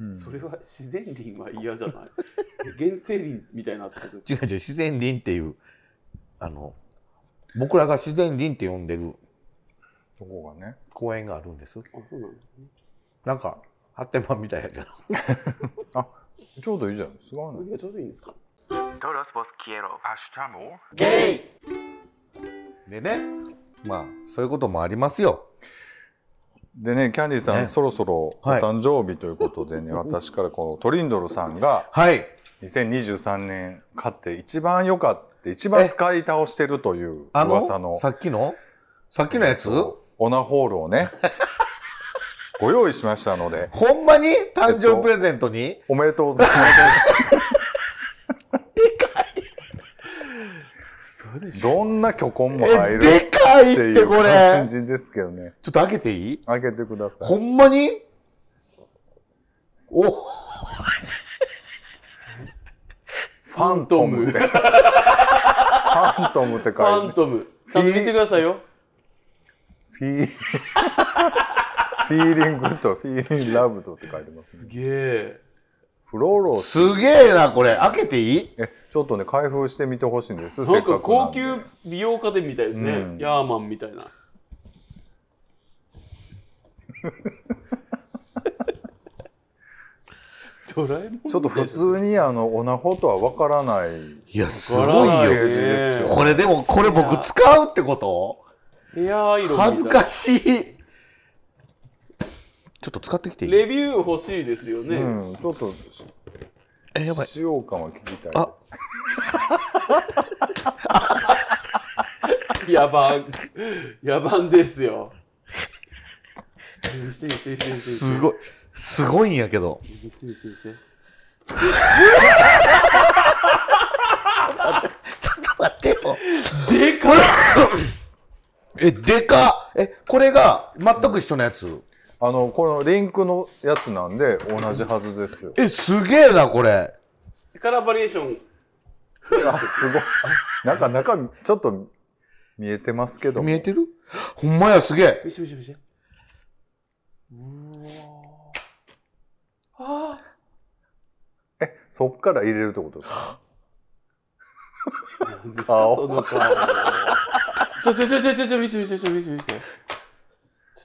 S3: うん
S1: それは自然林は嫌じゃない原生林みたいなってことです
S2: 違う
S1: か
S2: 違う自然林っていうあの僕らが自然林って呼んでる
S3: そこがね
S2: 公園があるんです
S1: あそうなんですね
S2: なんか発展版みたいやけど
S3: ちょうどいいじゃないですか、
S1: いやちょうどいいんですか
S4: Todos vos quiero. Ashtamo.
S1: ゲイ
S2: でねまあそういうこともありますよ
S3: でねキャンディーさん、
S2: ね
S3: そろそろお
S2: はい
S3: 誕生日ということでね、私からこのトリンドルさんが
S2: はい
S3: 2023年買って一番良かった一番使い倒してるという
S2: あの
S3: 噂の
S2: さっきのさっきのやつ、
S3: オナホールをね ご用意しましたので
S2: ほんまに誕生日プレゼントに、
S3: おめでとうございます
S1: そうでしょ
S3: どんな巨根も入
S2: え
S3: る
S2: で
S3: っ
S2: か
S3: て
S2: いっ
S3: い
S2: て
S3: う
S2: こ
S3: 感
S2: れ
S3: じですけどね
S2: ちょっと開けていい
S3: 開けてくださ
S2: ほ
S3: い
S2: んまにお
S3: ファントムってファントムって
S1: フ
S3: 書
S1: ァ
S3: い
S1: ン
S3: て
S1: トムちゃんと見せてくださいよ
S3: フィーフィーリングとフィーリングラブとって書いてます
S1: す
S3: ね
S1: げえ
S3: フローロス
S2: すげえなこれ開けていい
S3: えちょっとね開封してみてほしいんです
S1: なんか
S3: せっくな
S1: 高
S3: んで
S1: 級美容家電みたいですね、
S3: うん
S1: ヤーマンみたい なドラえもんみたい
S3: ちょっと普通にあのオナホとは分からない
S2: いやす
S1: わか
S2: ごい
S1: らない
S3: ペー
S2: よ
S3: ジですよ
S2: これでもこれ僕使うってこと
S1: ヘアアイロンみたいな
S2: 恥ずかしいちょっと使ってきていい
S1: レビュー欲しいですよね、
S3: うん、ちょっとし
S2: えやばい
S3: 使用感は聞きたい
S2: あ
S1: 野蛮野蛮です よしてしてしてして
S2: すごいすごいんやけど
S1: いしてしてして
S2: ちょっと待ってよ
S1: でかっ
S2: えでかっえこれが全く一緒のやつ
S3: あのこのリンクのやつなんで同じはずですよ
S2: えすげえなこれ
S1: カラーバリエーション
S3: あすごいなんか中身ちょっと見えてますけども
S2: 見えてるほんまやすげえ
S1: 見して見して見してうわーあ
S3: そっから入れるってことですか
S1: ー
S3: 顔
S1: その顔ちょちょちょちょちょちょ見して見して見して見して見してちょち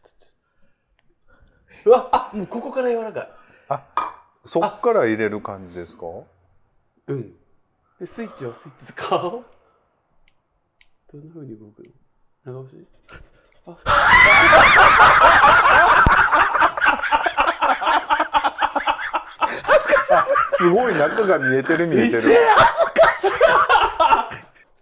S1: ょちょうわあもうここから柔らかい
S3: そっから入れる感じですか
S1: うん。で、スイッチはスイッチ、顔どんな風に動くの長押しあ
S3: すごい中が見えてる見えて
S1: 一
S3: る
S1: 緒や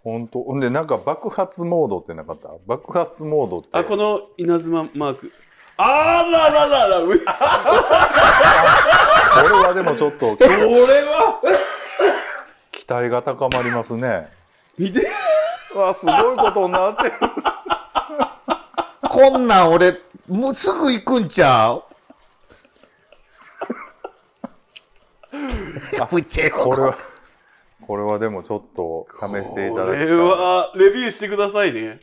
S3: 本当ほんでなんか爆発モードってなかった爆発モードって
S1: あ、この稲妻マーク。あらららら、ういこ
S3: これはでもちょっ
S1: れ
S3: と
S1: は
S3: 期待が高まりますね。
S1: 見て
S3: わあすごいことになってる。
S2: こんなん俺もうすぐ行くんちゃ うプチェ
S3: こ
S2: こ
S3: れはこれはでもちょっと試していただ
S1: こ
S3: きたい
S1: れ。は、レビューしてくださいね。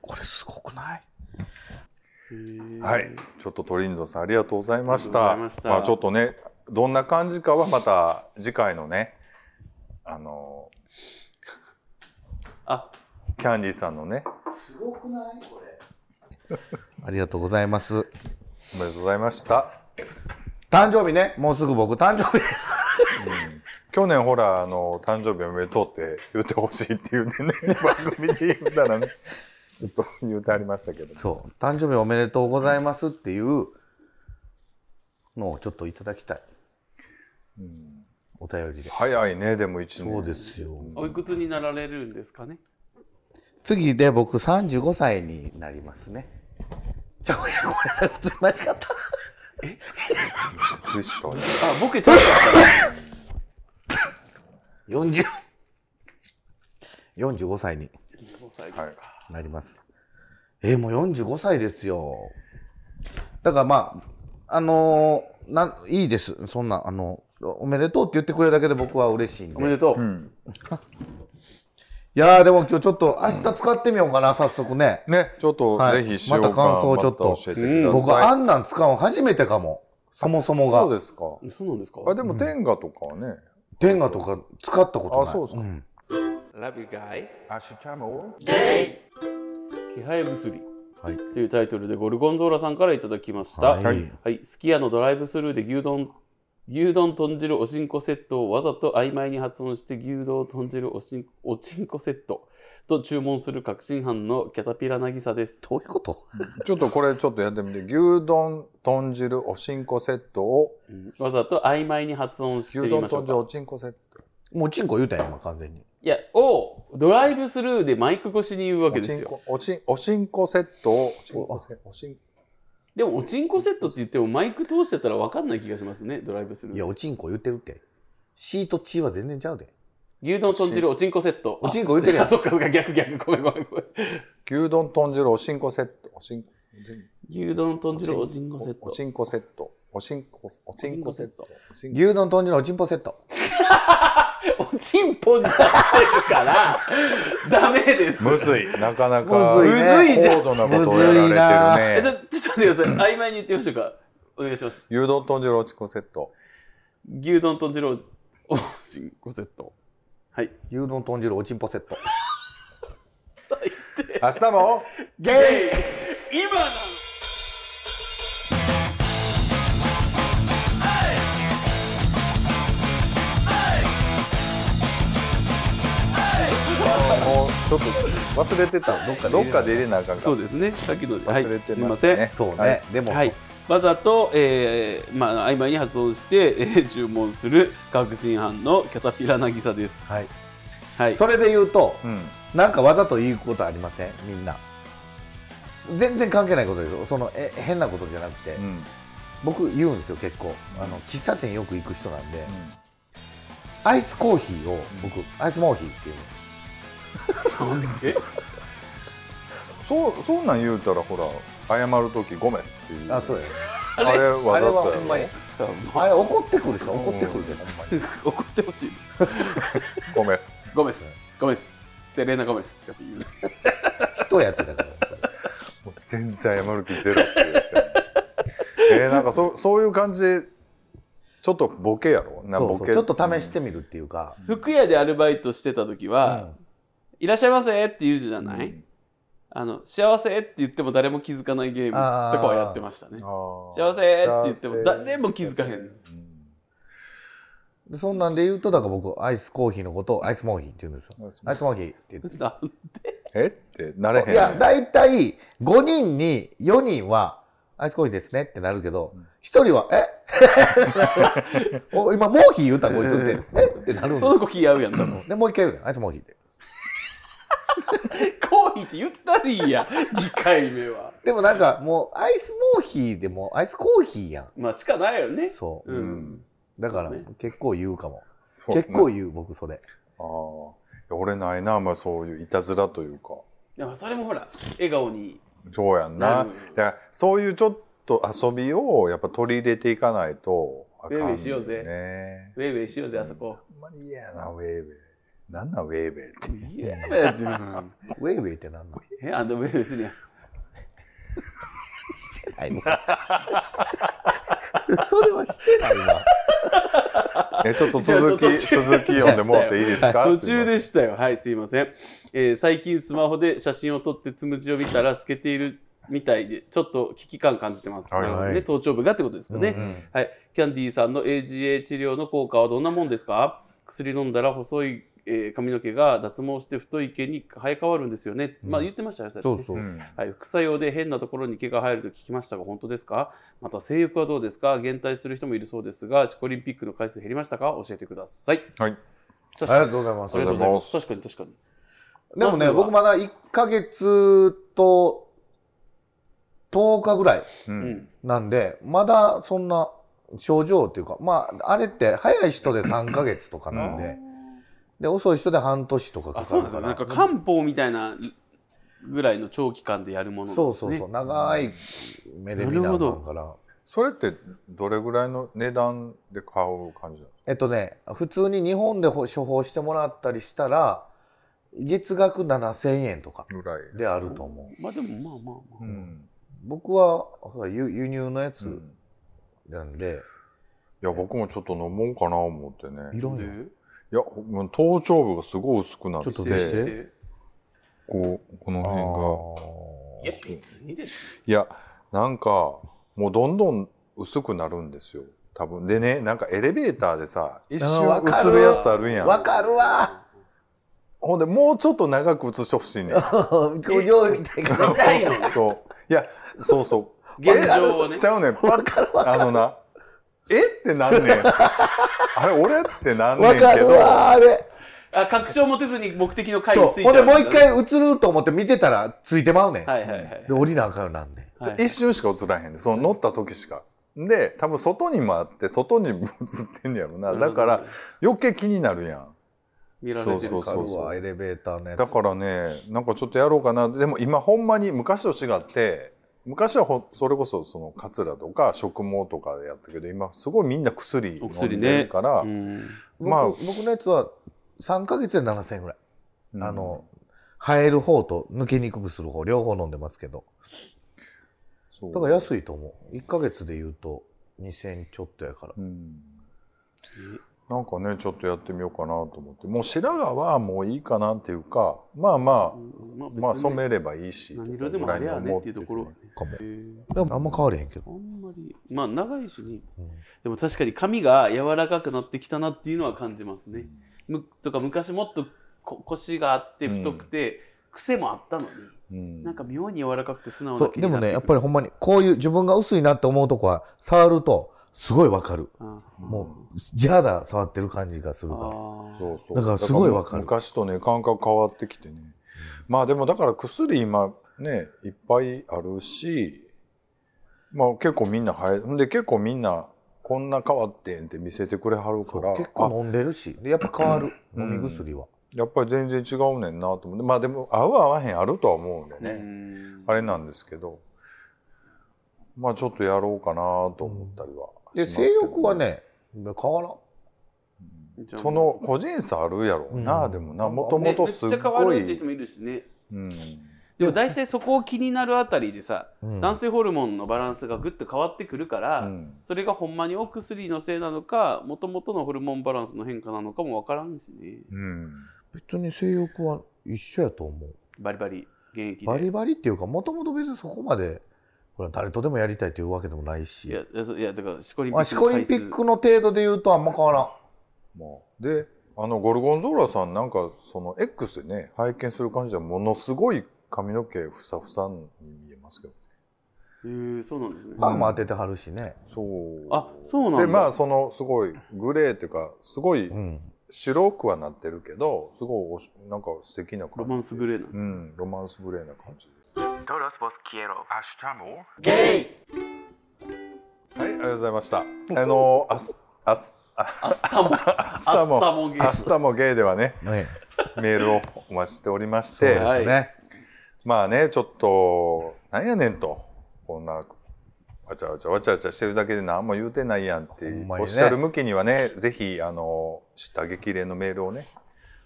S2: これすごくない
S3: はい、ちょっとトリンドさんありがとうございまし
S1: あ
S3: た。
S1: りがとうございました
S3: あちょっとねどんな感じかはまた次回のねあの
S1: あ、
S3: キャンディーさんのね
S2: すごくないこれありがとうございます
S3: おめでとうございました。
S2: 誕生日ねもうすぐ僕誕生日です
S3: 去年ほらあの誕生日おめでとうって言ってほしいって 言うてね番組で言ったらねちょっと言うてありましたけど。
S2: そう誕生日おめでとうございますっていうのをちょっといただきたい、お便りで
S3: 早いねでも一年。
S2: そうですよ
S1: おいくつになられるんですかね
S2: 次で僕35歳になりますねちゃうやごめんなさい普通に間違った
S3: クリストに
S1: あ、ボケちゃった。
S2: 40 45歳に
S1: 45歳ですか。
S2: なりますえーもう45歳ですよだからまああのーないいですそんなあのおめでとうって言ってくれるだけで僕は嬉しいん
S1: おめ
S2: で
S1: でとう。
S2: いやーでも今日ちょっと明日使ってみようかな早速ね
S3: ね、ちょっと
S2: はい
S3: ぜひ使用
S2: また感想をちょっと
S3: 感また教えてください。
S2: 僕あんなん使うの初めてかもそもそも
S3: そう
S2: が
S3: ですか。
S1: そうなんですか
S3: あでも天下とかはね。
S2: 天下とか使ったことない
S3: あそうですか
S2: ん
S1: Love you guys
S3: アシュチャモ
S1: 気配薬
S2: はい
S1: というタイトルでゴルゴンゾーラさんからいただきました
S2: はい、
S1: はい、すき家のドライブスルーで牛丼牛丼豚汁おしんこセットをわざと曖昧に発音して牛丼豚汁おしんおちんこセットと注文する確信犯のキャタピラ渚です
S2: どういうこと
S3: ちょっとこれちょっとやってみて。牛丼、豚汁、おしんこセットを。
S1: うんわざと曖昧に発音して
S3: 牛
S1: み
S3: 丼、
S1: ましょ
S3: 豚
S1: うか
S3: 汁、おちんこセット。
S2: もうチンコ言うたんや今完全に
S1: いやをドライブスルーでマイク越しに言うわけ
S3: お
S1: で
S3: ち
S1: す
S3: ん
S1: よ
S3: こ、おちん、おしんこセットを。おちんこセットおしん
S1: でもおちんこセットって言ってもマイク通してたら分かんない気がしますねドライブスル
S2: いや
S1: ー
S2: おちんこ言うてるってシーとチーは全然ちゃうで
S1: 牛丼豚汁おちんこセット
S2: おちんこ言うてるや
S1: あ
S2: ん
S1: そっかそっか逆逆ごめんごめんごめん
S3: 牛丼、豚汁、おしんこセット。おしんこ。
S1: 牛丼豚汁おちんこセッ
S3: お
S1: ト
S3: ちんこセット。おしんこ、おちんこセット。おちんこ
S2: 牛丼豚汁おちんぽセット
S1: おちんぽになってる から、ダメです。
S3: むずい。なかなか。
S2: むずいね
S1: むずいじゃん
S3: 高度なことをやられ
S1: え
S3: て
S1: ちょ
S3: るね。
S1: ちょっと待ってください。曖昧に言ってみましょうか。お願いします。
S3: 牛丼、豚汁、おちんこセット。
S1: 牛丼豚汁おしんこセット。はい。
S2: 牛丼豚汁おちんぽセット
S1: 最低。
S3: 明日も。
S1: ゲイ今なの
S3: もうちょっと忘れてたどっかどっかで入れなあかんか
S1: そうですね。さっきので。
S3: 忘れてまし
S1: は
S3: た
S1: いすいま
S2: そ
S3: ね
S2: うね、
S3: はい
S2: でも、
S1: はい、わざと、えーまあ、曖昧に発音して、えー注文する確信犯のキャタピラ渚です。
S2: はい
S1: はい、
S2: それで言うと
S3: うん
S2: なんかわざと言うことありませんみんな全然関係ないことですよそのえ変なことじゃなくて、
S3: うん
S2: 僕言うんですよ結構あの喫茶店よく行く人なんで、アイスコーヒーを僕、アイスモーヒーって言うんです
S1: なんで
S3: そうそんなん言うたらほら謝る時ゴメスっていう
S2: あそうや
S3: あれわ
S2: あれ
S3: ざ
S2: は
S3: と
S2: ほんまに
S3: や
S2: あれ怒ってくる人怒ってくるで、
S3: うん
S2: ほんまに
S1: 怒ってほしい。
S3: ろゴメス
S1: ゴメス、ゴメス、セレナ・ゴメスとかって言う。
S2: 人やってたから
S3: もう全然謝る気ゼロっていうやつやねえー、なんかそそういう感じでちょっとボケやろな
S2: そう
S3: ボ
S2: そう
S3: ケ
S2: ちょっと試してみるっていうか、
S1: 服屋でアルバイトしてた時は、いらっしゃいませって言うじゃ
S3: うん
S1: ない、あの、幸せって言っても誰も気づかないゲームとかはやってましたね
S3: あ。ー
S1: 幸せって言っても誰も気づかへん
S3: う
S2: でそんなんで言うとだから僕アイスコーヒーのことをアイスモーヒーって言うんですよ
S3: ん
S2: アイスモーヒーって言って
S1: な
S3: えってなれへん
S2: いや、大体5人に4人は、アイスコーヒーですねってなるけど、1人は、え お今、モーヒー言うたこいつって、えってなるん
S1: そ
S2: で
S1: の子気合うやんだもん。
S2: で、もう一回言うねんアイスモーヒーって。
S1: コーヒーって言ったらいいやん、2回目は。
S2: でもなんか、もう、アイスモーヒーでも、アイスコーヒーやん。
S1: まあ、しかないよね。
S2: そうう。
S1: ん。
S2: だから
S1: そうね、
S2: 結構言うかも。
S3: そう
S2: 結構言う、僕、それ。
S3: あーいや俺ないな、まあ、そういういたずらというか
S1: でもそれもほら、笑顔に。
S3: そうやん
S1: な
S3: な
S1: る
S3: だからそういうちょっと遊びをやっぱ取り入れていかないとあかんよ
S1: ウェイウェイしようぜ
S3: ね
S1: ウェイウェイしようぜ、あそこ。
S3: あんまり嫌やなウェイウェイなんなんウェイウェイ って
S1: いやだってうん
S2: ウェイウェイってなんなん
S1: え、あんたウェイウェイするやん。
S2: はいもう それはしてないわ。
S3: えちょっと続
S1: いや
S3: き
S1: ちょっと
S3: 続き読んでもらっていいですか
S1: 途中で
S3: し
S1: したよ。はい、すいません。えー最近スマホで写真を撮ってつむじを見たら透けているみたいで、ちょっと危機感感じてます。
S3: はいはい
S1: なるほどね、頭頂部がってことですかね、
S2: うんうん
S1: はい。キャンディーさんの AGA 治療の効果はどんなもんですか薬飲んだら細い、えー髪の毛が脱毛して太い毛に生え変わるんですよね。まあ言ってましたよ、さっきね
S2: そうそうう。
S3: ん
S1: はい、副作用で変なところに毛が生えると聞きましたが本当ですかまた性欲はどうですか減退する人もいるそうですがシコリンピックの回数減りましたか教えてください
S3: はい
S2: あ
S1: 確
S2: りが
S1: かに
S2: とうございます
S1: あ。りがとうございます確かに確かに
S2: でもね、
S1: まずは
S2: 僕まだ1ヶ月と10日ぐらい
S3: うん
S1: うん
S2: なんで、まだそんな症状っていうか、まあ、あれって早い人で3ヶ月とかなんで、で、遅い人で半年とか
S1: あ
S2: か
S1: そうな
S2: か
S1: ん
S2: る
S1: です
S2: か
S1: よ
S2: ら。
S1: なんか漢方みたいなぐらいの長期間でやるものなん
S2: そう
S1: です
S2: そう
S1: ね
S2: そう、長い目で見なあかんから。
S3: それってどれぐらいの値段で買う感じなの
S2: えっとね、普通に日本で処方してもらったりしたら、月額7000円とか
S3: ぐらい、
S2: であると思う。
S1: まあでもまあまあまあ、
S3: うん
S2: 僕はほら輸輸入のやつ、
S3: うん
S2: なんで、
S3: いや、僕もちょっと飲もうかな思ってね。
S2: いろんな。
S3: いや、もう頭頂部がすごい薄くなって、
S2: ちょっと
S1: で
S2: 見
S1: し
S2: せ
S1: て
S3: こう、この辺が。
S1: いや
S2: 辺
S1: 別にです
S3: いや、なんか、もうどんどん薄くなるんですよ。多分。でね、なんかエレベーターでさ、一
S2: あーわ
S3: 瞬
S2: かる
S3: 映るやつあるや
S2: わ
S3: ん。
S2: かるわ
S3: ほんで、もうちょっと長く映してほしいねん。
S2: ようみたいな。
S1: 痛いのね
S3: そう。いや、そうそ
S1: 現状をね
S3: う。ちゃうねん。パ
S2: わ
S3: ッ
S2: かるわ
S3: あのな、えってなんねん。あれ、俺ってなんねん
S2: わ
S3: け
S2: かる
S3: ど。
S2: わあれ。
S1: あ確証持てずに目的の回に
S2: そ
S1: つ
S2: う。
S1: いちゃ
S2: ほ
S1: うんんだ
S2: で
S1: ね
S2: もう一回映ると思って見てたらついてまうねん。
S1: はいはいはい
S2: で、降りなあかんようになんねん。
S1: はい
S3: 一瞬しか映らへんで、その乗った時しか。で、多分外にもあって、外にも映ってんねやろな。だから、余計気になるやん。
S1: 見られてる
S3: そう
S2: わ
S3: そ
S2: か
S3: う
S2: るわ、エレベーターのやつ。
S3: だからねなんかちょっとやろうかなでも今ほんまに昔と違って昔はほそれこそそのカツラとか食毛とかでやったけど今すごいみんな薬
S1: お
S3: 飲
S1: 薬
S3: ん
S1: ね
S3: でるから、
S1: うん
S2: 僕
S3: まあ
S2: 僕のやつは3ヶ月で7000円ぐらい。
S3: うん
S2: あの、生える方と抜けにくくする方、両方飲んでますけど。
S3: そう
S2: だから安いと思う。1ヶ月で言うと2000ちょっとやから。
S3: うんなんかねちょっとやってみようかなと思ってもう白髪はもういいかなっていうかまあまあ、
S1: ま
S3: まあ
S1: 別に
S3: 染めればいいし
S1: 何色でもあれやねっていうところはね
S2: かも
S1: へー
S2: でもあんま変われへんけど。
S1: あんまりまあ長いしね
S2: うん
S1: でも確かに髪が柔らかくなってきたなっていうのは感じますね。むとか昔もっとこ腰があって太くて、癖もあったのに
S3: うん
S1: なんか妙に柔らかくて素直
S2: そ
S1: な
S2: う
S1: 気
S2: で
S1: にな
S2: も
S1: って
S2: ねやっ
S1: く
S2: ぱ
S1: る
S2: りほんまにこういう自分が薄いなって思うとこは触るとすごいわかる
S1: あ
S2: もう地肌触ってる感じがするから
S1: あ
S3: そうそう
S2: だからすごいわかる
S3: だら昔とね感覚変わってきてね、まあでもだから薬今ねいっぱいあるしまあ結構みんな早いほんで結構みんなこんな変わってんって見せてくれはる
S2: そ
S3: か
S2: う
S3: ら
S2: 結構飲んでるしでやっぱ変わる、
S3: うん
S2: 飲み薬は、
S3: あやっぱり全然違うねんなと思ってまあでも合う合わへんあるとは思うんで
S1: ね
S3: ね、あれなんですけどまあちょっとやろうかなと思ったりはし
S2: で
S3: ますけどね
S2: 性欲はね変わらん
S1: じゃあ
S3: その個人差あるやろうな、
S2: うん
S3: でもなもと
S1: ねめ
S3: も
S1: っ
S3: とすっ
S1: ちゃ変わ
S3: ご
S1: る
S3: い、
S1: っていう人もいるしね
S3: うん
S1: でも大体そこを気になるあたりでさ、
S2: うん
S1: 男性ホルモンのバランスがぐっと変わってくるから、
S3: うん
S1: それがほんまにお薬のせいなのかもともとのホルモンバランスの変化なのかも分からんしね
S3: うん
S2: 別に性欲は一緒やと思う
S1: バリバリ現役で
S2: バリバリっていうかもともと別にそこまでこれは誰とでもやりたいというわけでもないし
S1: いやいやそういやだからシコリンピッ
S2: あ
S1: ク
S2: シコリンピックの程度で言うとあんま変わらん
S3: まあ、であのゴルゴンゾーラさんなんかその X でね拝見する感じではものすごい髪の毛ふさふさに見えますけど
S1: えー、そうなんですね。
S2: パーマ当ててはるしね、
S3: そう
S1: あそうなんだ
S3: でまあそのすごいグレーっていうかすごい
S2: うん、
S3: 白くはなってるけどすごいおしなんか素敵な感じ
S1: ロマンスグレーな。
S3: うんロマンスグレーな感じ
S4: Todos vos quiero. Hasta more.
S1: ゲイ
S3: はいありがとうございま したあの明日明日
S1: アスタモアス
S3: 明日も
S1: タモゲイ
S3: 明日もゲイではね
S2: ね
S3: メールをお待ちしておりまし
S2: そう
S3: て、
S2: ですね、
S1: はい
S3: まあね、ちょっと、なんやねんと、こんな、わちゃわちゃわちゃわちゃしてるだけで何も言うてないやんって、
S2: ほんまにね
S3: おっしゃる向きにはね、ぜひ、あの、知った激励のメールをね、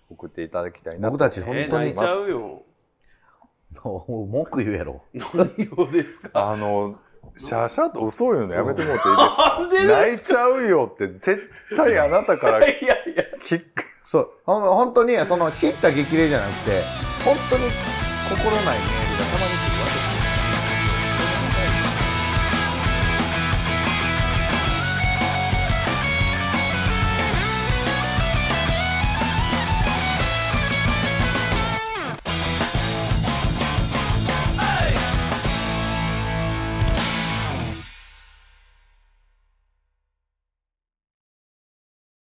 S3: 送っていただきたいなと
S2: 僕たち本
S1: えー、
S2: 当
S1: 泣
S2: に
S1: いちゃうよ。
S2: もう文句言うやろ。
S1: 何をですか
S3: あの、シャーシャーと嘘を言うのやめてもらっていいですか
S1: なんでです
S3: 泣いちゃうよって、絶対あなたから
S1: いやいや。
S3: 聞く。
S2: そう、ほん本当にその知った激励じゃなくて、本当に心ないメールがたまに来る。